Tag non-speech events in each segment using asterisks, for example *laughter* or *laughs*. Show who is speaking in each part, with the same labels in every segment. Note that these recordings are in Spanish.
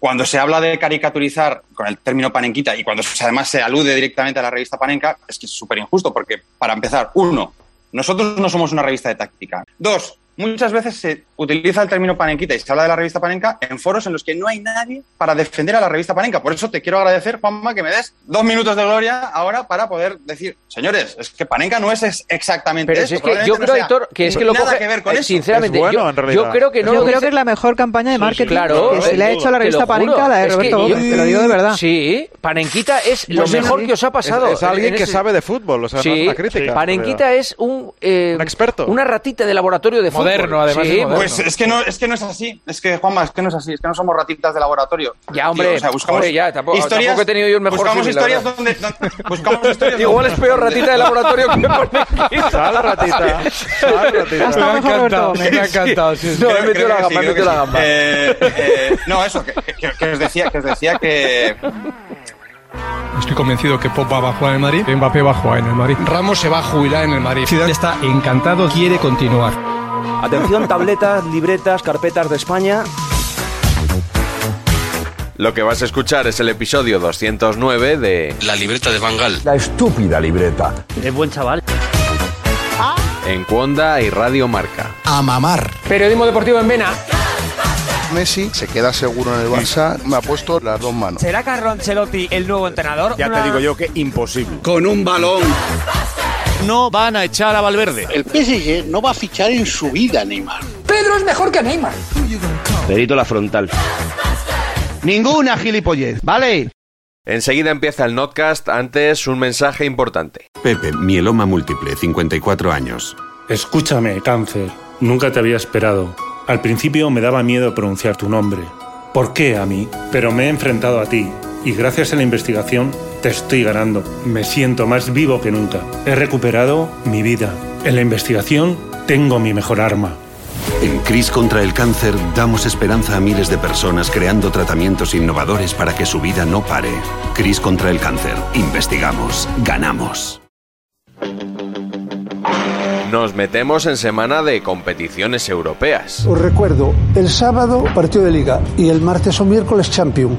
Speaker 1: Cuando se habla de caricaturizar con el término panenquita y cuando se- además se alude directamente a la revista Panenka, es que es súper injusto porque, para empezar, uno, nosotros no somos una revista de táctica. Dos, muchas veces se utiliza el término panenquita y se habla de la revista Panenka en foros en los que no hay nadie para defender a la revista Panenka. Por eso te quiero agradecer, Juanma, que me des dos minutos de gloria ahora para poder decir, señores, es que Panenka no es ex- exactamente
Speaker 2: Pero
Speaker 1: esto,
Speaker 2: si es que yo
Speaker 1: probablemente no
Speaker 2: creo,
Speaker 1: sea
Speaker 2: Héctor, que es que lo
Speaker 1: nada
Speaker 2: coge.
Speaker 1: que ver con
Speaker 2: eh,
Speaker 1: eso.
Speaker 2: Sinceramente,
Speaker 3: Es bueno,
Speaker 2: yo-
Speaker 3: en
Speaker 2: yo,
Speaker 3: realidad.
Speaker 2: creo que no lo
Speaker 4: yo creo
Speaker 2: dice-
Speaker 4: que es la mejor campaña de marketing
Speaker 2: claro, eh,
Speaker 4: que se le ha hecho a la
Speaker 2: te lo
Speaker 4: revista Panenka,
Speaker 2: juro.
Speaker 4: la de
Speaker 2: Es que
Speaker 4: Roberto
Speaker 2: yo-
Speaker 4: Gómez, te lo digo de verdad.
Speaker 2: Sí, Panenquita es lo
Speaker 3: Pues sí,
Speaker 2: mejor
Speaker 3: sí.
Speaker 2: que os ha pasado.
Speaker 3: Es, es alguien
Speaker 2: En
Speaker 3: que
Speaker 2: ese-
Speaker 3: sabe de fútbol, o sea, no es
Speaker 2: Sí,
Speaker 3: una crítica. en
Speaker 2: Panenquita
Speaker 3: realidad.
Speaker 2: es un, eh,
Speaker 3: Un experto.
Speaker 2: Una ratita de laboratorio de fútbol.
Speaker 5: Moderno, además,
Speaker 2: Sí,
Speaker 5: es moderno.
Speaker 1: Pues es que, no, es que no es así. Es que, Juanma, es que no es así. Es que no somos ratitas de laboratorio.
Speaker 2: Ya, hombre, joder, ya, tampoco- tampoco he tenido yo el mejor
Speaker 1: Buscamos
Speaker 2: símil, la
Speaker 1: historias
Speaker 2: verdad.
Speaker 1: donde... donde- buscamos
Speaker 2: *laughs*
Speaker 1: historias
Speaker 2: Igual
Speaker 1: donde-
Speaker 2: es peor ratita de laboratorio
Speaker 1: *laughs*
Speaker 2: que Panenquita.
Speaker 3: Sal, ratita. Sal, ratita.
Speaker 4: Hasta
Speaker 5: me ha
Speaker 4: mejor Roberto
Speaker 5: encantado, me ha encantado. sí, sí.
Speaker 2: No, he
Speaker 1: Creo-
Speaker 2: metido
Speaker 1: creo
Speaker 2: la
Speaker 1: que
Speaker 2: gamba,
Speaker 1: sí, creo
Speaker 2: he metido
Speaker 1: que
Speaker 2: la
Speaker 1: sí.
Speaker 2: gamba.
Speaker 1: Eh, eh, no, eso, que, que- que os decía que... Os decía que
Speaker 5: Estoy convencido que Pogba va a jugar en el Madrid, Mbappé va a jugar en el Madrid, Ramos se va a jubilar en el Madrid. Ciudad está encantado, quiere continuar.
Speaker 6: Atención, tabletas, libretas, carpetas de España.
Speaker 7: Lo que vas a escuchar es el episodio 209 de
Speaker 8: La libreta de Bangal.
Speaker 6: La estúpida libreta.
Speaker 4: Es buen chaval.
Speaker 7: En Cuonda y Radio Marca.
Speaker 6: A mamar.
Speaker 2: Periodismo deportivo en Vena.
Speaker 6: Messi se queda seguro en el Barça. Me ha puesto las dos manos.
Speaker 5: ¿Será Carlo Ancelotti el nuevo entrenador?
Speaker 6: Ya te digo yo que imposible.
Speaker 8: Con un balón.
Speaker 6: No van a echar a Valverde.
Speaker 4: El PSG no va a fichar en su vida, Neymar.
Speaker 2: Pedro es mejor que Neymar.
Speaker 6: Perito la frontal. Ninguna gilipollez, ¿vale?
Speaker 7: Enseguida empieza el podcast, antes un mensaje importante.
Speaker 9: Pepe, mieloma múltiple, 54 años.
Speaker 6: Escúchame, cáncer. Nunca te había esperado. Al principio me daba miedo pronunciar tu nombre. ¿Por qué a mí? Pero me he enfrentado a ti y gracias a la investigación te estoy ganando. Me siento más vivo que nunca. He recuperado mi vida. En la investigación tengo mi mejor arma.
Speaker 9: En CRIS contra el cáncer damos esperanza a miles de personas creando tratamientos innovadores para que su vida no pare. CRIS contra el cáncer. Investigamos. Ganamos.
Speaker 7: Nos metemos en semana de competiciones europeas.
Speaker 6: Os recuerdo, el sábado partido de liga y el martes o miércoles champion.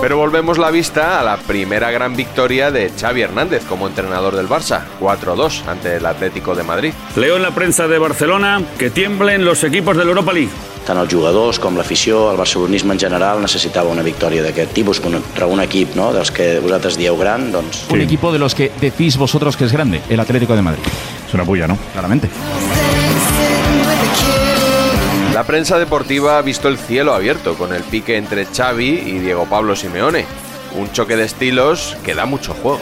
Speaker 7: Pero volvemos la vista a la primera gran victoria de Xavi Hernández como entrenador del Barça, 4-2 ante el Atlético de Madrid.
Speaker 6: Leo en la prensa de Barcelona que tiemblen los equipos del Europa League.
Speaker 4: Tant els jugadors com l'afició, el barcelonisme en general necessitava una victòria d'aquest tipus contra un equip no? dels que vosaltres dieu gran, doncs
Speaker 6: Un equipo de los que decís vosotros que es grande, el Atlético de Madrid. Es una bulla, ¿no? Claramente.
Speaker 7: La prensa deportiva ha visto el cielo abierto con el pique entre Xavi y Diego Pablo Simeone. Un choque de estilos que da mucho juego.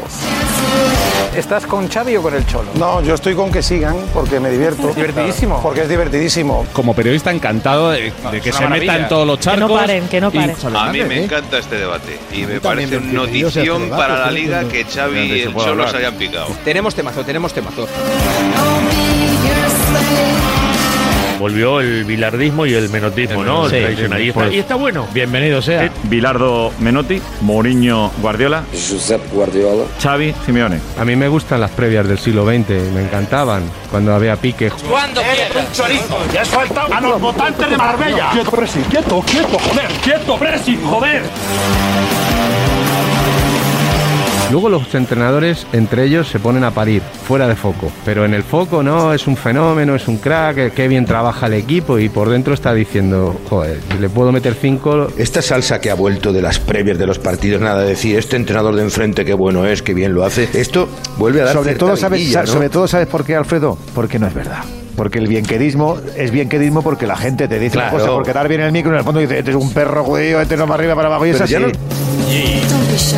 Speaker 2: ¿Estás con Xavi o con el Cholo?
Speaker 6: No, yo estoy con que sigan porque me divierto.
Speaker 2: Divertidísimo.
Speaker 6: Porque es divertidísimo.
Speaker 5: Como periodista encantado de, de que
Speaker 2: una
Speaker 5: se
Speaker 2: maravilla.
Speaker 5: metan todos los
Speaker 4: no
Speaker 5: charcos.
Speaker 4: paren, que no paren.
Speaker 5: A mí me
Speaker 8: encanta este debate y
Speaker 6: también
Speaker 8: me
Speaker 6: parece me una entiendo, yo sé hacer notición debate, para la pero liga no- que
Speaker 8: Xavi
Speaker 3: y el Cholo se hayan
Speaker 8: picado.
Speaker 2: Tenemos temazo, tenemos temazo.
Speaker 10: Volvió el bilardismo y el menotismo, ¿no?
Speaker 11: Sí.
Speaker 10: El tradicionalista.
Speaker 11: Pues-
Speaker 10: Y está bueno.
Speaker 11: Bienvenido sea. Bilardo Menotti, Mourinho Guardiola, Josep Guardiola, Xavi Simeone.
Speaker 12: A mí me gustan las previas del siglo XX, me encantaban cuando había pique.
Speaker 13: ¿Cuándo quieres un chorizo? Ya has faltado a los votantes de Marbella.
Speaker 12: Quieto,
Speaker 13: Presi, quieto, quieto, joder, quieto, Presi, joder.
Speaker 12: Luego los entrenadores entre ellos se ponen a parir, fuera de foco. Pero en el foco no, es un fenómeno, es un crack, eh, qué bien trabaja el equipo y por dentro está diciendo, joder, le puedo meter cinco.
Speaker 14: Esta salsa que ha vuelto de las previas de los partidos, nada de decir, este entrenador de enfrente qué bueno es, qué bien lo hace, esto vuelve a dar
Speaker 15: Sobre
Speaker 14: cierta
Speaker 15: todo, sabes,
Speaker 14: vidilla,
Speaker 15: sa-
Speaker 14: ¿no?
Speaker 15: sobre todo, ¿sabes por qué, Alfredo? Porque no es verdad. Porque el bienquerismo es bienquerismo porque la gente te dice
Speaker 14: Claro.
Speaker 15: una cosa por quedar Pues bien en el micro y en el fondo dice, este es un perro judío, este no para arriba, para abajo y
Speaker 7: Pero
Speaker 15: es
Speaker 7: ya
Speaker 15: así.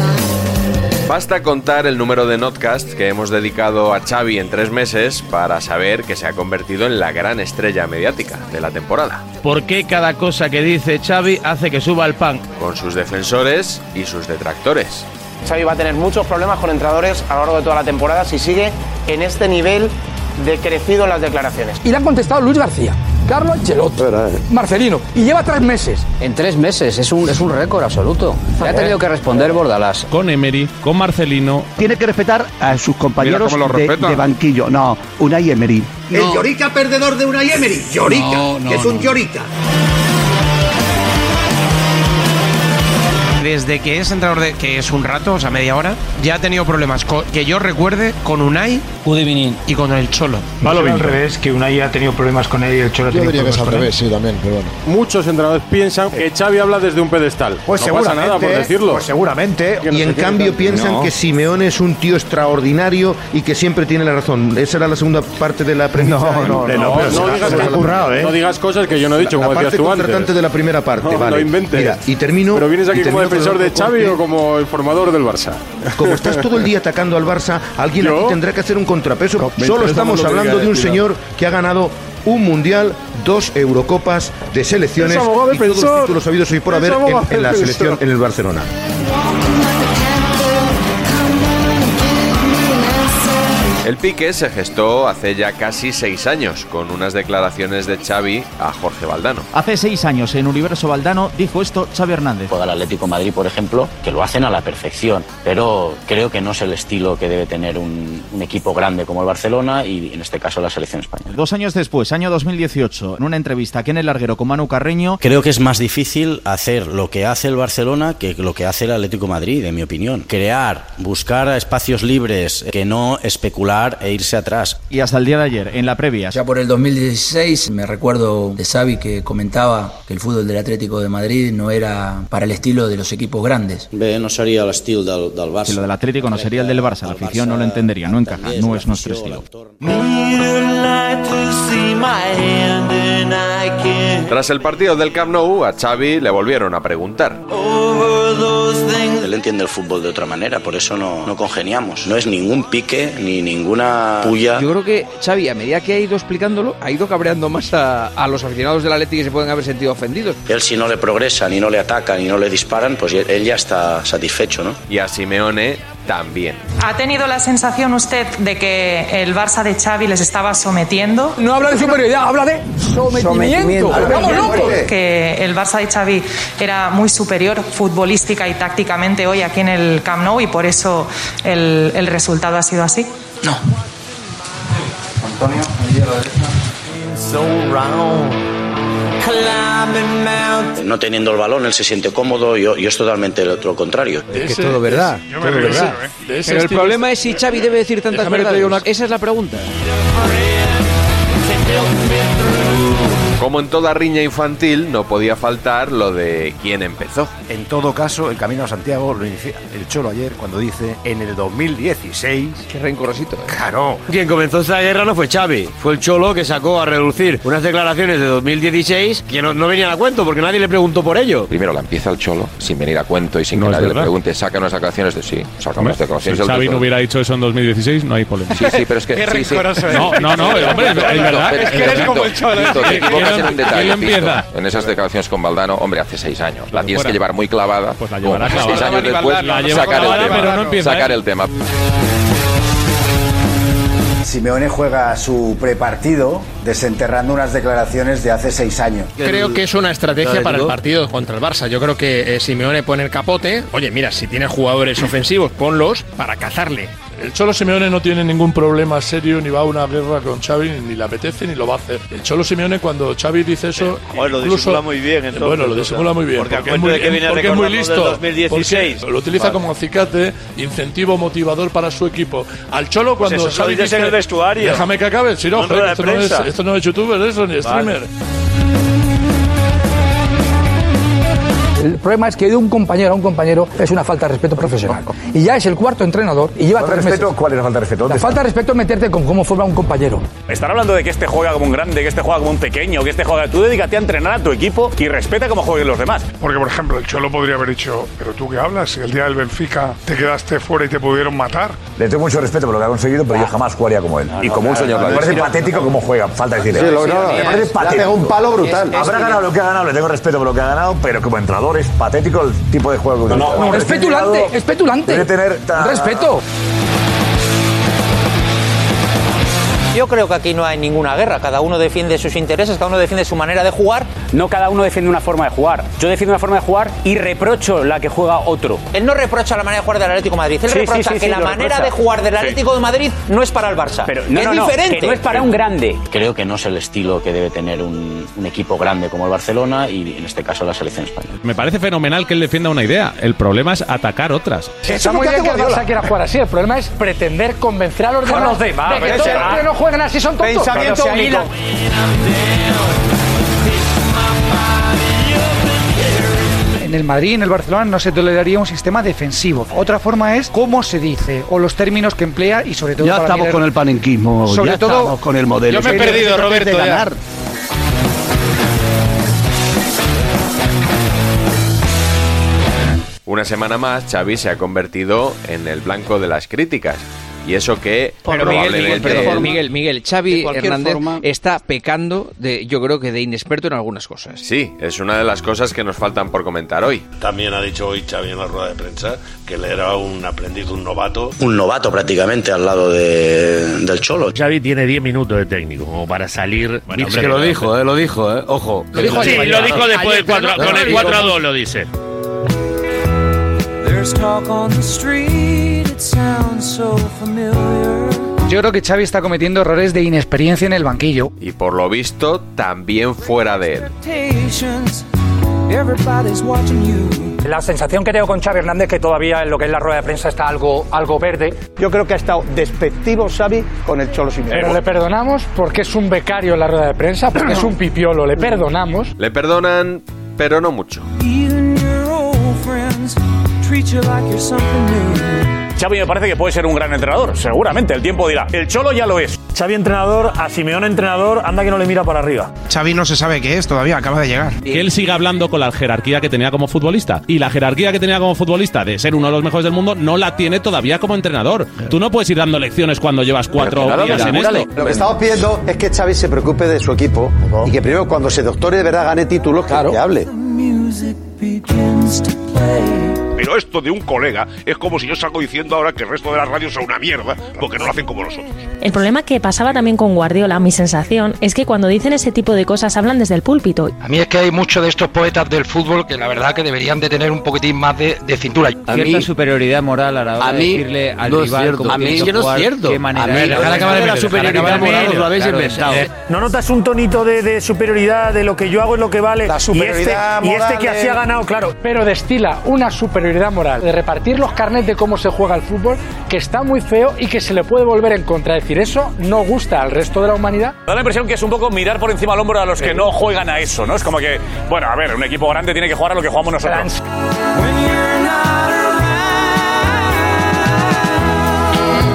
Speaker 7: Basta contar el número de notcasts que hemos dedicado a Xavi en tres meses para saber que se ha convertido en la gran estrella mediática de la temporada,
Speaker 11: ¿Por qué cada cosa que dice Xavi hace que suba el pan?
Speaker 7: con sus defensores y sus detractores.
Speaker 16: Xavi va a tener muchos problemas con entrenadores a lo largo de toda la temporada si sigue en este nivel decrecido en las declaraciones.
Speaker 2: Y le han contestado Luis García, Carlos Ancelotti,
Speaker 11: eh.
Speaker 2: Marcelino. Y lleva tres meses.
Speaker 17: En tres meses, es un, es un récord absoluto. Le ha tenido que responder Bordalás. Con Emery, con Marcelino.
Speaker 18: Tiene que respetar a sus compañeros
Speaker 17: cómo lo
Speaker 18: de,
Speaker 17: respeta.
Speaker 18: de banquillo. No, Unai Emery.
Speaker 19: El Llorica perdedor de una Emery. Llorica,
Speaker 18: No, no,
Speaker 19: que es un
Speaker 18: no.
Speaker 19: Llorica.
Speaker 20: Desde que es entrenador de que es un rato, o sea, media hora, ya ha tenido problemas co- que yo recuerde con Unai, Udivinin y con el Cholo.
Speaker 21: al revés, que Unai ha tenido problemas con él y el Cholo ha tenido problemas con él.
Speaker 22: sí, también, pero bueno. Muchos entrenadores piensan que Xavi habla desde un pedestal.
Speaker 15: Pues
Speaker 22: no pasa
Speaker 15: seguramente,
Speaker 22: nada por decirlo.
Speaker 15: pues seguramente.
Speaker 22: Que no sé
Speaker 14: Y en
Speaker 22: qué
Speaker 14: cambio
Speaker 22: tal.
Speaker 14: piensan
Speaker 22: No.
Speaker 14: que Simeone es un tío extraordinario y que siempre tiene la razón. Esa era la segunda parte de la premisa.
Speaker 22: No, no digas que-
Speaker 15: ¿eh?
Speaker 22: ¿eh? no digas cosas que yo no he dicho,
Speaker 14: La
Speaker 22: como
Speaker 14: parte
Speaker 22: decías tú
Speaker 14: contratante
Speaker 22: antes.
Speaker 14: de la primera parte,
Speaker 22: No,
Speaker 14: vale.
Speaker 22: no inventes.
Speaker 14: Mira, y termino.
Speaker 22: Pero vienes
Speaker 14: y
Speaker 22: aquí como
Speaker 14: termino
Speaker 22: defensor
Speaker 14: con-
Speaker 22: de Xavi
Speaker 14: con-
Speaker 22: o como el formador del Barça.
Speaker 14: Como estás todo el día atacando al Barça, alguien
Speaker 22: ¿Yo?
Speaker 14: aquí tendrá que hacer un contrapeso.
Speaker 22: Me
Speaker 14: Solo
Speaker 22: interesa
Speaker 14: estamos
Speaker 22: mucho lo que
Speaker 14: hablando de un
Speaker 22: digas, cuidado.
Speaker 14: señor que ha ganado un mundial, dos Eurocopas de selecciones
Speaker 22: Es abogado
Speaker 14: y todos los
Speaker 22: defensor.
Speaker 14: títulos habidos hoy por
Speaker 22: Es
Speaker 14: haber en,
Speaker 22: abogado
Speaker 14: en la
Speaker 22: defensor.
Speaker 14: selección en el Barcelona.
Speaker 7: El pique se gestó hace ya casi seis años con unas declaraciones de Xavi a Jorge Valdano.
Speaker 23: Hace seis años en Universo Valdano dijo esto Xavi Hernández.
Speaker 4: Juega el Atlético de Madrid, por ejemplo, que lo hacen a la perfección, pero creo que no es el estilo que debe tener un, un equipo grande como el Barcelona y en este caso la selección española.
Speaker 23: Dos años después, año 2018, en una entrevista aquí en el larguero con Manu Carreño,
Speaker 4: Creo que es más difícil hacer lo que hace el Barcelona que lo que hace el Atlético de Madrid, en mi opinión. Crear, buscar espacios libres, que no especular e irse atrás.
Speaker 23: y hasta el día de ayer, en la previa.
Speaker 24: Ya por el 2016 me recuerdo de Xavi que comentaba que el fútbol del Atlético de Madrid no era para el estilo de los equipos grandes.
Speaker 4: Bé, no sería el estilo del, del Barça.
Speaker 23: Si lo del Atlético no sería el del Barça, la afición no lo entendería, no encaja, no es nuestro estilo.
Speaker 7: Tras el partido del Camp Nou, a Xavi le volvieron a preguntar.
Speaker 4: Él entiende el fútbol de otra manera, por eso no, no congeniamos. No es ningún pique ni ninguna puya.
Speaker 25: Yo creo que Xavi, a medida que ha ido explicándolo, ha ido cabreando más a, a los aficionados del Atlético que se pueden haber sentido ofendidos.
Speaker 4: Él si no le progresan y no le atacan y no le disparan, pues él ya está satisfecho, ¿no?
Speaker 7: Y a Simeone también.
Speaker 26: ¿Ha tenido la sensación usted de que el Barça de Xavi les estaba sometiendo?
Speaker 2: No habla de superioridad, habla de sometimiento. ¡Estamos locos!
Speaker 26: Que el Barça de Xavi era muy superior futbolística y tácticamente hoy aquí en el Camp Nou y por eso el, el resultado ha sido así.
Speaker 4: No teniendo el balón, él se siente cómodo, yo, yo es totalmente lo lo contrario.
Speaker 25: Que es todo verdad.
Speaker 4: yo me
Speaker 25: todo
Speaker 4: refiero-
Speaker 27: ¿eh?
Speaker 25: verdad.
Speaker 4: de ese
Speaker 25: Pero el
Speaker 4: estilo-
Speaker 25: problema es si Xavi debe decir tantas
Speaker 4: Déjame que te
Speaker 25: verdades.
Speaker 4: diga
Speaker 25: Esa es la pregunta.
Speaker 7: Como en toda riña infantil, no podía faltar lo de quién empezó.
Speaker 27: En todo caso, el camino a Santiago lo inicia el Cholo ayer cuando dice en el 2016. Qué rencorosito.
Speaker 25: ¿eh?
Speaker 27: Claro.
Speaker 28: Quien comenzó esta guerra no fue Xavi, fue el Cholo que sacó a reducir unas declaraciones de 2016 que no, no venían a cuento porque nadie le preguntó por ello.
Speaker 26: Primero la empieza el Cholo, sin venir a cuento y sin
Speaker 27: No es
Speaker 26: que nadie le
Speaker 27: verdad.
Speaker 26: pregunte, saca unas declaraciones de sí, saca unas
Speaker 27: Si
Speaker 26: declaraciones del
Speaker 27: Xavi no
Speaker 26: tesoro.
Speaker 27: hubiera dicho eso en 2016, no hay polémica.
Speaker 26: Sí, sí, pero es que.
Speaker 27: Qué
Speaker 26: sí, sí.
Speaker 27: rencoroso eres. No, no, no, hombre, es verdad,
Speaker 26: Pero,
Speaker 27: es que eres
Speaker 26: Pinto,
Speaker 27: como el Cholo. ¿eh?
Speaker 26: Pinto, te
Speaker 27: ¿Quién-
Speaker 26: equivocas en
Speaker 27: quién
Speaker 26: un detalle,
Speaker 27: empieza? Pues
Speaker 26: Pinto. En esas declaraciones con Valdano, hombre, hace seis años. La tienes
Speaker 27: fuera.
Speaker 26: que llevar muy clavada. Pues la
Speaker 27: llevará
Speaker 26: Seis
Speaker 27: clavada.
Speaker 26: años después,
Speaker 27: La lleva
Speaker 26: sacar el
Speaker 27: clavada, pero no
Speaker 26: tema.
Speaker 27: empieza,
Speaker 26: Sacar
Speaker 27: ¿eh?
Speaker 26: el tema.
Speaker 29: Simeone juega su prepartido desenterrando unas declaraciones de hace seis años.
Speaker 30: Creo que es una estrategia
Speaker 29: Atlético.
Speaker 30: para el partido contra el Barça. Yo creo que eh, Simeone pone el capote. Oye, mira, si tienes jugadores ofensivos, ponlos para cazarle.
Speaker 13: El Cholo Simeone no tiene ningún problema serio, ni va a una guerra con Xavi, ni le apetece, ni lo va a hacer. El Cholo Simeone, cuando Xavi dice eso...
Speaker 31: Eh, Joder, lo
Speaker 13: incluso- Eh,
Speaker 31: disimula muy bien, entonces,
Speaker 13: Bueno, lo
Speaker 31: o sea,
Speaker 13: disimula muy bien.
Speaker 31: porque a
Speaker 13: Porque, es
Speaker 31: cuento
Speaker 13: muy,
Speaker 31: de que viene
Speaker 13: porque es muy
Speaker 31: recordando
Speaker 13: listo.
Speaker 31: del 2016.
Speaker 13: porque lo utiliza
Speaker 31: Vale.
Speaker 13: como acicate, incentivo motivador para su equipo. Al Cholo,
Speaker 31: Pues
Speaker 13: cuando
Speaker 31: eso, lo
Speaker 13: Xavi
Speaker 31: dices
Speaker 13: dice...
Speaker 31: en el vestuario.
Speaker 13: Déjame que acabe, si
Speaker 31: No
Speaker 13: no,
Speaker 31: en
Speaker 13: joder,
Speaker 31: rueda de
Speaker 13: esto, no es,
Speaker 31: prensa.
Speaker 13: esto no es youtuber, eso, ni
Speaker 31: Vale.
Speaker 13: streamer.
Speaker 2: El problema es que de un compañero a un compañero es una falta de respeto profesional. Y ya es el cuarto entrenador y lleva
Speaker 11: ¿Falta de
Speaker 2: tres
Speaker 11: respeto?
Speaker 2: meses.
Speaker 11: ¿Cuál es la falta de respeto?
Speaker 2: La
Speaker 11: ¿Dónde
Speaker 2: falta
Speaker 11: está?
Speaker 2: de respeto es meterte con cómo forma un compañero.
Speaker 11: Están hablando de que este juega como un grande, que este juega como un pequeño, que este juega. Tú dedícate a entrenar a tu equipo y respeta cómo jueguen los demás.
Speaker 3: Porque, por ejemplo, el Cholo podría haber dicho, pero tú qué hablas, si el día del Benfica te quedaste fuera y te pudieron matar.
Speaker 11: Le tengo mucho respeto por lo que ha conseguido, pero yo jamás jugaría como él.
Speaker 3: Y como un señor,
Speaker 11: Me
Speaker 3: claro.
Speaker 11: parece
Speaker 3: Sí,
Speaker 11: patético como juega, falta decirle.
Speaker 32: Sí, lo- no,
Speaker 11: me
Speaker 32: es- le
Speaker 11: parece
Speaker 32: ha
Speaker 11: patético.
Speaker 32: pegado un palo brutal.
Speaker 11: Habrá
Speaker 32: Es- es-
Speaker 11: ganado lo que ha ganado, le tengo respeto por lo que ha ganado, pero como entrenador es patético el tipo de juego que utiliza.
Speaker 2: es petulante, es petulante.
Speaker 11: Debe tener ta-
Speaker 2: Respeto.
Speaker 23: Yo creo que aquí no hay ninguna guerra. Cada uno defiende sus intereses, cada uno defiende su manera de jugar.
Speaker 8: No cada uno defiende una forma de jugar. Yo defiendo una forma de jugar y reprocho la que juega otro.
Speaker 23: Él no reprocha la manera de jugar del Atlético de Madrid. Él
Speaker 8: Sí, sí,
Speaker 23: reprocha
Speaker 8: sí, sí,
Speaker 23: que la
Speaker 8: lo
Speaker 23: manera
Speaker 8: reprocha.
Speaker 23: de jugar del
Speaker 8: Sí.
Speaker 23: Atlético de Madrid no es para el Barça.
Speaker 4: Pero
Speaker 23: es diferente.
Speaker 4: grande. Creo que no es el estilo que debe tener un, un equipo grande como el Barcelona y en este caso la selección española.
Speaker 3: Me parece fenomenal que él defienda una idea. El problema es atacar otras.
Speaker 2: Está muy bien que el Barça quiera jugar así. El problema es pretender convencer a los
Speaker 3: A
Speaker 2: demás,
Speaker 3: los demás,
Speaker 2: de que
Speaker 3: pero
Speaker 2: todos
Speaker 3: ese-
Speaker 2: los que no juegan así son tontos.
Speaker 3: Pensamiento
Speaker 2: Pero si ahí
Speaker 3: único.
Speaker 2: la-
Speaker 10: En el Madrid, en el Barcelona, no se toleraría un sistema defensivo. Otra forma es cómo se dice o los términos que emplea y sobre todo.
Speaker 33: Ya
Speaker 10: para
Speaker 33: estamos
Speaker 10: mí,
Speaker 33: con el panenquismo,
Speaker 10: Sobre
Speaker 33: ya
Speaker 10: todo-
Speaker 33: estamos con el modelo.
Speaker 10: Yo me he perdido, Roberto,
Speaker 33: De
Speaker 10: ya.
Speaker 33: ganar.
Speaker 7: Una semana más, Xavi se ha convertido en el blanco de las críticas. Y eso que
Speaker 34: Pero Miguel, Miguel,
Speaker 7: probablemente-
Speaker 34: perdón, Miguel, Miguel,
Speaker 23: De
Speaker 34: Xavi
Speaker 23: cualquier
Speaker 34: Hernández
Speaker 23: forma-
Speaker 34: está pecando de, yo creo que de inexperto en algunas cosas.
Speaker 7: Sí, es una de las cosas que nos faltan por comentar hoy.
Speaker 10: También ha dicho hoy Xavi en la rueda de prensa que le era un aprendiz, un novato.
Speaker 4: Un novato prácticamente al lado del Cholo.
Speaker 35: Xavi tiene 10 minutos de técnico como para salir.
Speaker 36: Bueno, hombre, que lo dijo, eh, lo dijo, eh. Ojo.
Speaker 35: Lo dijo sí, lo dijo después del 4, con el 4 a 2 lo dice.
Speaker 10: Yo creo que Xavi está cometiendo errores de inexperiencia en el banquillo.
Speaker 7: Y por lo visto, también fuera de él.
Speaker 37: La sensación que tengo con Xavi Hernández es que todavía en lo que es la rueda de prensa está algo, algo verde. Yo creo que ha estado despectivo Xavi con el Cholo Simeone.
Speaker 2: Pero le perdonamos porque es un becario en la rueda de prensa, porque es un pipiolo, le perdonamos.
Speaker 7: Le perdonan, pero no mucho.
Speaker 11: Xavi me parece que puede ser un gran entrenador, seguramente, el tiempo dirá. El Cholo ya lo es.
Speaker 37: Xavi entrenador, a Simeón entrenador, anda que no le mira para arriba.
Speaker 38: Xavi no se sabe qué es todavía, acaba de llegar.
Speaker 3: Que él siga hablando con la jerarquía que tenía como futbolista. Y la jerarquía que tenía como futbolista de ser uno de los mejores del mundo no la tiene todavía como entrenador. Tú no puedes ir dando lecciones cuando llevas cuatro
Speaker 37: Claro,
Speaker 3: días en
Speaker 37: asegúrale.
Speaker 3: esto.
Speaker 37: Lo que estamos pidiendo es que Xavi se preocupe de su equipo y que primero cuando se doctore de verdad gane títulos que- que hable.
Speaker 10: Pero esto de un colega es como si yo salgo diciendo ahora que el resto de las radios son una mierda porque no lo hacen como nosotros.
Speaker 39: El problema que pasaba también con Guardiola, mi sensación, es que cuando dicen ese tipo de cosas hablan desde el púlpito. A mí es que hay muchos de estos poetas del fútbol que la verdad que deberían de tener un poquitín más de, de cintura.
Speaker 40: A Cierta mí- superioridad moral a la hora de decirle al
Speaker 10: no es
Speaker 40: rival
Speaker 10: cierto.
Speaker 40: cómo
Speaker 10: A mí
Speaker 40: tiene
Speaker 10: es que no es
Speaker 40: jugar,
Speaker 10: cierto.
Speaker 40: qué manera
Speaker 10: A mí
Speaker 40: de-
Speaker 10: la cara acaba de
Speaker 40: Dejar
Speaker 10: meter, la cara
Speaker 40: superioridad
Speaker 10: acaba de
Speaker 40: moral
Speaker 10: meter.
Speaker 40: os lo habéis
Speaker 10: Claro,
Speaker 40: inventado.
Speaker 10: eh,
Speaker 37: ¿No notas un tonito de, de superioridad, de lo que yo hago es lo que vale? La superioridad y este, y este que moral así de- ha ganado, claro.
Speaker 2: Pero destila una superioridad moral de repartir los carnets de cómo se juega el fútbol, que está muy feo y que se le puede volver en contra. Es decir, eso no gusta al resto de la humanidad.
Speaker 11: Da la impresión que es un poco mirar por encima del hombro a los que no juegan a eso, ¿no? Es como que, bueno, a ver, un equipo grande tiene que jugar a lo que jugamos nosotros.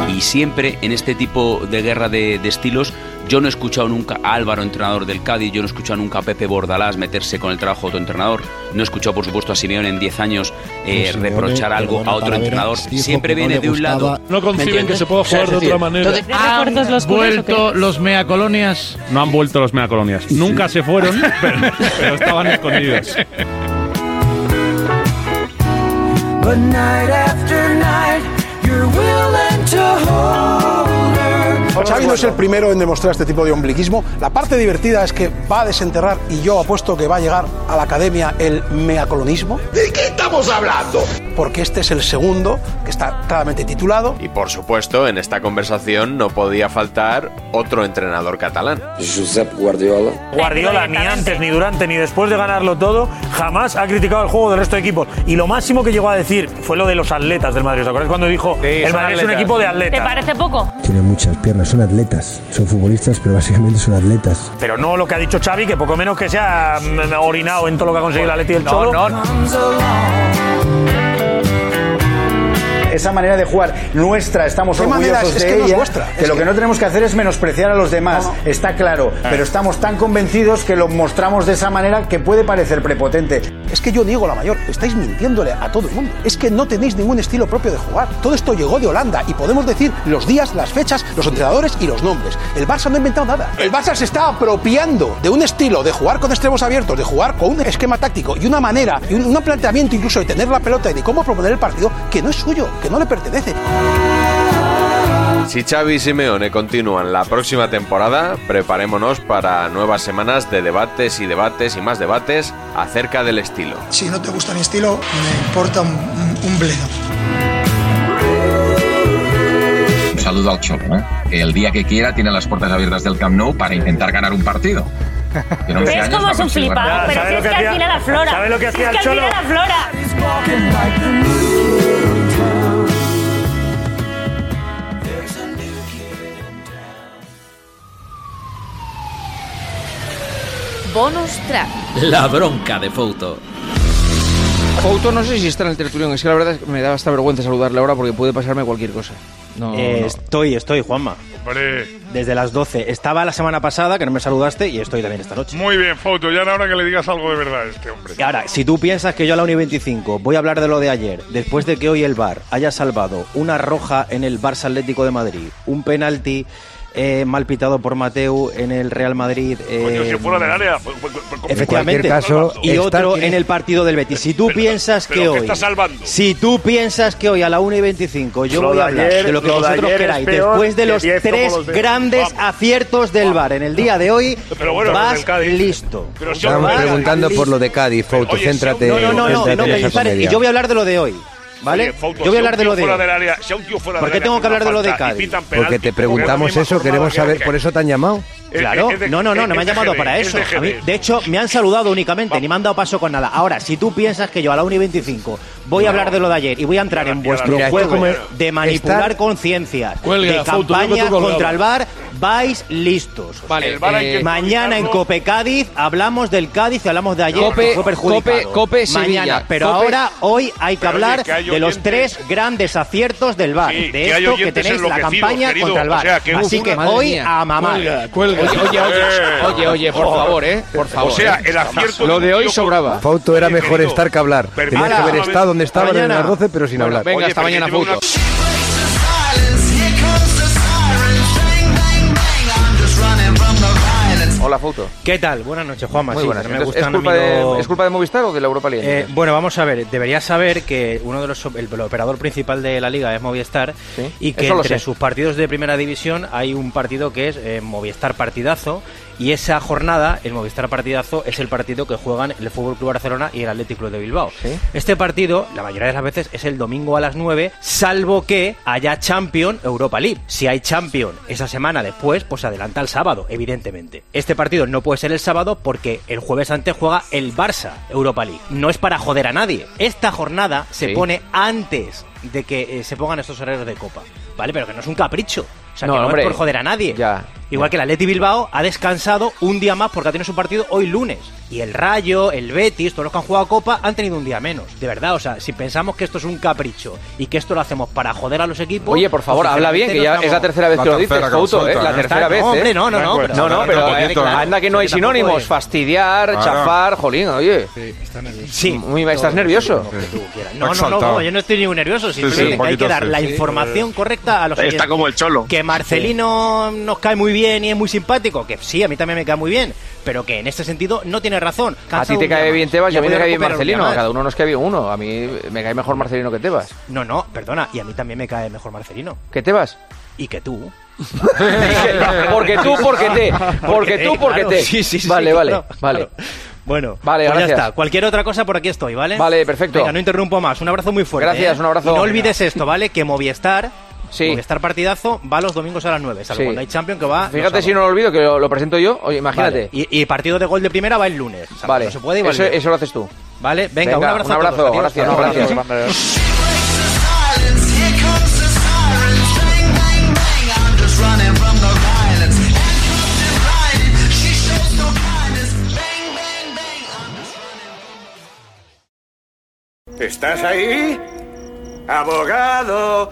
Speaker 5: Y siempre en este tipo de guerra de, de estilos, yo no he escuchado nunca a Álvaro, entrenador del Cádiz, yo no he escuchado nunca a Pepe Bordalás meterse con el trabajo de otro entrenador, no he escuchado, por supuesto, a Simeone en 10 años eh,
Speaker 37: Sí, Simeone,
Speaker 5: reprochar algo
Speaker 37: perdona,
Speaker 5: a otro
Speaker 37: Talavera
Speaker 5: entrenador.
Speaker 37: dijo
Speaker 5: Siempre
Speaker 37: que no
Speaker 5: viene
Speaker 37: le
Speaker 5: de un
Speaker 37: gustaba-
Speaker 5: lado.
Speaker 13: No conciben que se pueda jugar de otra manera.
Speaker 5: han
Speaker 35: vuelto los mea colonias.
Speaker 3: No han vuelto los megacolonias. Nunca se fueron, pero, pero estaban escondidos.
Speaker 5: Xavi no es el primero en demostrar este tipo de ombliguismo. La parte divertida es que va a desenterrar y yo apuesto que va a llegar a la academia el meacolonismo. ¿De qué estamos hablando? Porque este es el segundo que está claramente titulado.
Speaker 7: Y por supuesto, en esta conversación no podía faltar otro entrenador catalán. Josep Guardiola.
Speaker 11: Guardiola ni antes, ni durante, ni después de ganarlo todo, jamás ha criticado el juego del resto de equipos. Y lo máximo que llegó a decir fue lo de los atletas del Madrid. ¿Os acordáis cuando dijo el
Speaker 12: son
Speaker 11: Madrid es un
Speaker 12: atletas".
Speaker 11: equipo de
Speaker 12: ¿Te
Speaker 11: atletas?
Speaker 12: parece poco?
Speaker 14: Tienen muchas piernas, son atletas. Son futbolistas, pero básicamente son atletas.
Speaker 11: Pero no lo que ha dicho Xavi, que poco menos que se ha mm, orinado en todo lo que ha conseguido la Leti del
Speaker 15: No,
Speaker 11: Cholo.
Speaker 15: no, no. Esa manera de jugar nuestra, estamos
Speaker 5: ¿Qué manera?
Speaker 15: orgullosos
Speaker 5: Es- es
Speaker 15: de
Speaker 5: que no es
Speaker 15: ella.
Speaker 5: vuestra,
Speaker 15: que
Speaker 5: es
Speaker 15: lo
Speaker 5: que-
Speaker 15: que no tenemos que hacer es menospreciar a los demás, está claro. Pero estamos tan convencidos que lo mostramos de esa manera que puede parecer prepotente.
Speaker 5: Es que yo digo la mayor, estáis mintiéndole a todo el mundo. Es que no tenéis ningún estilo propio de jugar. Todo esto llegó de Holanda y podemos decir los días, las fechas, los entrenadores y los nombres. El Barça no ha inventado nada. El Barça se está apropiando de un estilo de jugar con extremos abiertos, de jugar con un esquema táctico y una manera y un, un planteamiento incluso de tener la pelota y de cómo proponer el partido que no es suyo, que no le pertenece.
Speaker 7: Si Xavi y Simeone continúan la próxima temporada, preparémonos para nuevas semanas de debates y debates y más debates acerca del estilo.
Speaker 16: Si no te gusta mi estilo, me importa un, un- un bledo.
Speaker 17: Un saludo al Cholo, ¿eh? que el día que quiera tiene las puertas abiertas del Camp Nou para intentar ganar un partido. este Tiene 11
Speaker 12: Es
Speaker 17: años, va
Speaker 12: como
Speaker 17: a
Speaker 12: es un
Speaker 17: conseguir
Speaker 12: flipado,
Speaker 17: ganar.
Speaker 12: pero si es que al final aflora.
Speaker 11: ¿Sabe lo que
Speaker 12: Si
Speaker 11: hacía
Speaker 12: es
Speaker 11: el
Speaker 12: que al
Speaker 11: Cholo?
Speaker 12: final aflora.
Speaker 19: Bonus track.
Speaker 21: La bronca de Fouto.
Speaker 22: Couto no sé si está en el tertulión, es que la verdad es que me da hasta vergüenza saludarle ahora porque puede pasarme cualquier cosa. No,
Speaker 23: Eh, Estoy, estoy, Juanma. Desde las 12. Estaba la semana pasada, que no me saludaste, y estoy también esta noche.
Speaker 22: Muy bien, Foto, ya era hora que le digas algo de verdad a este hombre.
Speaker 23: Y ahora, si tú piensas que yo a la Uni 25 voy a hablar de lo de ayer, después de que hoy el VAR haya salvado una roja en el Barça Atlético de Madrid, un penalti eh, mal pitado por Mateu en el Real Madrid.
Speaker 22: Coño,
Speaker 23: eh,
Speaker 22: si fuera del área. pues, pues, pues, pues,
Speaker 23: Efectivamente. y otro en el partido del Betis. Si tú piensas
Speaker 22: pero
Speaker 23: que
Speaker 22: ¿qué
Speaker 23: hoy.
Speaker 22: está salvando?
Speaker 23: Si tú piensas que hoy a la 1 y 25 yo
Speaker 2: Lo
Speaker 23: voy a
Speaker 2: de
Speaker 23: hablar
Speaker 2: ayer-
Speaker 23: de lo que
Speaker 2: lo de
Speaker 23: vosotros
Speaker 2: ayer es
Speaker 23: queráis,
Speaker 2: peor
Speaker 23: después de
Speaker 2: que
Speaker 23: los
Speaker 2: 10
Speaker 23: tres
Speaker 2: como los de-
Speaker 23: grandes aciertos del VAR en el día de hoy,
Speaker 2: Pero bueno, los
Speaker 23: vas
Speaker 2: del Cádiz.
Speaker 23: listo.
Speaker 2: Pero si
Speaker 23: Vas
Speaker 2: os-
Speaker 23: listo.
Speaker 2: preguntando por
Speaker 23: lo
Speaker 2: de Cádiz, Fouto,
Speaker 23: No,
Speaker 2: céntrate.
Speaker 23: no, no, no, no me dispares, Y yo voy a hablar de lo de hoy. ¿Vale?
Speaker 22: Oye, Fouto,
Speaker 23: yo voy a hablar de lo de
Speaker 22: Si a un tío fuera
Speaker 23: hoy.
Speaker 22: del área- si a un tío fuera
Speaker 23: ¿Por
Speaker 22: del
Speaker 23: qué
Speaker 22: área
Speaker 23: tengo que
Speaker 22: hace
Speaker 23: hablar de lo
Speaker 22: una
Speaker 23: de
Speaker 22: falta y
Speaker 23: Cádiz?
Speaker 22: pitan penalti,
Speaker 23: Porque te
Speaker 22: porque es la
Speaker 23: preguntamos
Speaker 22: misma
Speaker 23: eso,
Speaker 22: jornada
Speaker 23: queremos
Speaker 22: que
Speaker 23: saber,
Speaker 22: aquel.
Speaker 23: por eso
Speaker 2: te han llamado?
Speaker 22: Es-
Speaker 23: Claro,
Speaker 22: Eh, es de-
Speaker 23: no, no, no, no
Speaker 22: es
Speaker 23: me han
Speaker 22: de
Speaker 23: llamado
Speaker 22: GD,
Speaker 23: para
Speaker 22: es
Speaker 23: eso.
Speaker 22: de GD.
Speaker 23: A mí, de hecho, me han saludado únicamente, ni me han dado paso con nada. Ahora, si tú piensas que yo a la Uni 25 voy a hablar de lo de ayer y voy a entrar en vuestro
Speaker 2: mira,
Speaker 23: juego
Speaker 2: esto como-
Speaker 23: de manipular
Speaker 2: está-
Speaker 23: conciencias,
Speaker 2: Cuelga,
Speaker 23: de
Speaker 2: Fouto, yo que
Speaker 23: campaña
Speaker 2: tú colgado.
Speaker 23: contra el VAR, vais listos. eh,
Speaker 22: Vale, El VAR hay que
Speaker 23: mañana en
Speaker 22: utilizarlo.
Speaker 23: Cope Cádiz hablamos del Cádiz y hablamos de ayer
Speaker 22: Cope-
Speaker 23: que fue perjudicado.
Speaker 22: Cope- Cope Sevilla.
Speaker 23: mañana, pero
Speaker 22: Cope-
Speaker 23: ahora hoy hay que
Speaker 22: Pero oye,
Speaker 23: hablar
Speaker 22: que hay
Speaker 23: de los
Speaker 22: oyentes-
Speaker 23: tres grandes aciertos del VAR,
Speaker 22: Sí,
Speaker 23: de
Speaker 22: que hay
Speaker 23: esto que
Speaker 22: oyentes
Speaker 23: tenéis la
Speaker 22: enloquecidos,
Speaker 23: campaña
Speaker 22: querido.
Speaker 23: contra el
Speaker 22: O
Speaker 23: Var.
Speaker 22: sea, que
Speaker 23: Así
Speaker 22: uf,
Speaker 23: que
Speaker 22: madre
Speaker 23: hoy
Speaker 22: mía.
Speaker 23: a mamar.
Speaker 22: Cuelga, cuelga.
Speaker 23: Oye, oye, oye,
Speaker 22: Eh.
Speaker 23: oye, oye, por
Speaker 22: Oh.
Speaker 23: favor, eh, por favor.
Speaker 22: O sea, el acierto
Speaker 23: Lo de hoy sobraba.
Speaker 2: Fauto era mejor estar que hablar.
Speaker 22: Permítame.
Speaker 2: Tenías que haber
Speaker 22: Ala,
Speaker 2: estado donde estaban en
Speaker 23: mañana.
Speaker 2: las 12, pero sin
Speaker 23: Bueno,
Speaker 2: hablar.
Speaker 23: venga, hasta mañana, Fouto.
Speaker 22: Hola, Foto.
Speaker 23: ¿Qué tal? Buenas noches, Juanma.
Speaker 21: Muy
Speaker 23: Sí,
Speaker 21: buenas
Speaker 23: me
Speaker 21: noches.
Speaker 23: gustan
Speaker 21: ¿Es
Speaker 23: a
Speaker 21: culpa
Speaker 23: mí
Speaker 21: de-
Speaker 23: los-
Speaker 21: es culpa de Movistar o de la Europa League?
Speaker 23: Eh, bueno, vamos a ver. Deberías saber que uno de los el, el operador principal de la liga es Movistar
Speaker 21: Sí,
Speaker 23: y que
Speaker 21: eso lo
Speaker 23: entre
Speaker 21: sé.
Speaker 23: sus partidos de primera división hay un partido que es eh, Movistar Partidazo y esa jornada el Movistar Partidazo es el partido que juegan el Fútbol Club Barcelona y el Atlético Club de Bilbao. Este partido, la mayoría de las veces, es el domingo a las 9, salvo que haya Champion Europa League. Si hay Champion esa semana después, pues adelanta el sábado, evidentemente. Este partido no puede ser el sábado porque el jueves antes juega el Barça Europa League. No es para joder a nadie. Esta jornada se
Speaker 21: Sí.
Speaker 23: pone antes de que eh, se pongan estos horarios de copa. ¿Vale? Pero que no es un capricho. O sea,
Speaker 21: No,
Speaker 23: que no
Speaker 21: hombre.
Speaker 23: es por joder a nadie. Igual que el Atleti Bilbao ha descansado un día más porque ha tenido su partido hoy lunes. Y el Rayo, el Betis, todos los que han jugado Copa han tenido un día menos. De verdad, o sea, si pensamos que esto es un capricho y que esto lo hacemos para joder a los equipos.
Speaker 21: Oye, por favor,
Speaker 23: pues,
Speaker 21: habla bien, que ya
Speaker 23: sinceramente,
Speaker 21: es la
Speaker 23: no
Speaker 21: tercera vez que lo
Speaker 23: estamos-
Speaker 21: dices, Couto, ¿eh? La tercera vez,
Speaker 23: No,
Speaker 21: ¿eh?
Speaker 23: hombre, no, no, no.
Speaker 21: No, no, pero anda que no hay
Speaker 23: que tampoco
Speaker 21: sinónimos.
Speaker 23: es-
Speaker 21: Fastidiar,
Speaker 23: Claro.
Speaker 21: chafar, jolín, oye.
Speaker 23: Sí.
Speaker 21: Muy mal, ¿Estás nervioso?
Speaker 23: No, no, no, no, yo no estoy ni nervioso,
Speaker 21: Sí, sí, un
Speaker 23: simplemente que hay que
Speaker 21: poquito,
Speaker 23: dar
Speaker 21: sí.
Speaker 23: la
Speaker 21: Sí,
Speaker 23: información correcta a los oyentes.
Speaker 22: el cholo.
Speaker 23: Que Marcelino nos cae muy bien y es muy simpático, que sí, a mí también me cae muy bien, pero que en este sentido no tiene razón.
Speaker 21: A
Speaker 23: Cansado
Speaker 21: ti te
Speaker 23: un día
Speaker 21: cae
Speaker 23: más.
Speaker 21: bien Tebas y
Speaker 23: Ya
Speaker 21: a mí me
Speaker 23: puede
Speaker 21: cae bien
Speaker 23: recuperar un día
Speaker 21: Marcelino. A
Speaker 23: más.
Speaker 21: cada uno nos cae bien uno. A mí me cae mejor Marcelino que Tebas.
Speaker 23: No, no, perdona, y a mí también me cae mejor Marcelino.
Speaker 21: ¿Que Tebas?
Speaker 23: Y que tú.
Speaker 5: *laughs* porque tú, porque te. Porque tú, porque
Speaker 23: claro,
Speaker 5: te.
Speaker 23: sí, sí, sí,
Speaker 5: vale, vale,
Speaker 23: claro,
Speaker 5: vale.
Speaker 23: Bueno,
Speaker 5: Vale,
Speaker 23: pues ya
Speaker 5: gracias.
Speaker 23: está. Cualquier otra cosa por aquí estoy, ¿vale?
Speaker 5: Vale, perfecto.
Speaker 23: Venga, no interrumpo más. Un abrazo muy fuerte.
Speaker 5: Gracias,
Speaker 23: ¿eh?
Speaker 5: un abrazo.
Speaker 23: Y no olvides esto, ¿vale? Que Movistar,
Speaker 5: Sí.
Speaker 23: Movistar partidazo, va los domingos a las 9, salvo
Speaker 5: Sí.
Speaker 23: cuando hay Champions que va. los
Speaker 5: Fíjate
Speaker 23: sábados.
Speaker 5: si no lo olvido, que lo, lo presento yo. Oye, imagínate.
Speaker 23: Ah, Vale. Y, y partido de gol de primera va el lunes. O sea,
Speaker 5: Vale,
Speaker 23: cuando se puede y va el
Speaker 5: eso,
Speaker 23: lunes.
Speaker 5: eso lo haces tú.
Speaker 23: Vale, venga, un abrazo.
Speaker 5: Un
Speaker 23: a todos.
Speaker 5: abrazo,
Speaker 23: Adiós.
Speaker 5: gracias.
Speaker 23: Hasta luego.
Speaker 5: gracias.
Speaker 10: ¿Estás ahí? Abogado.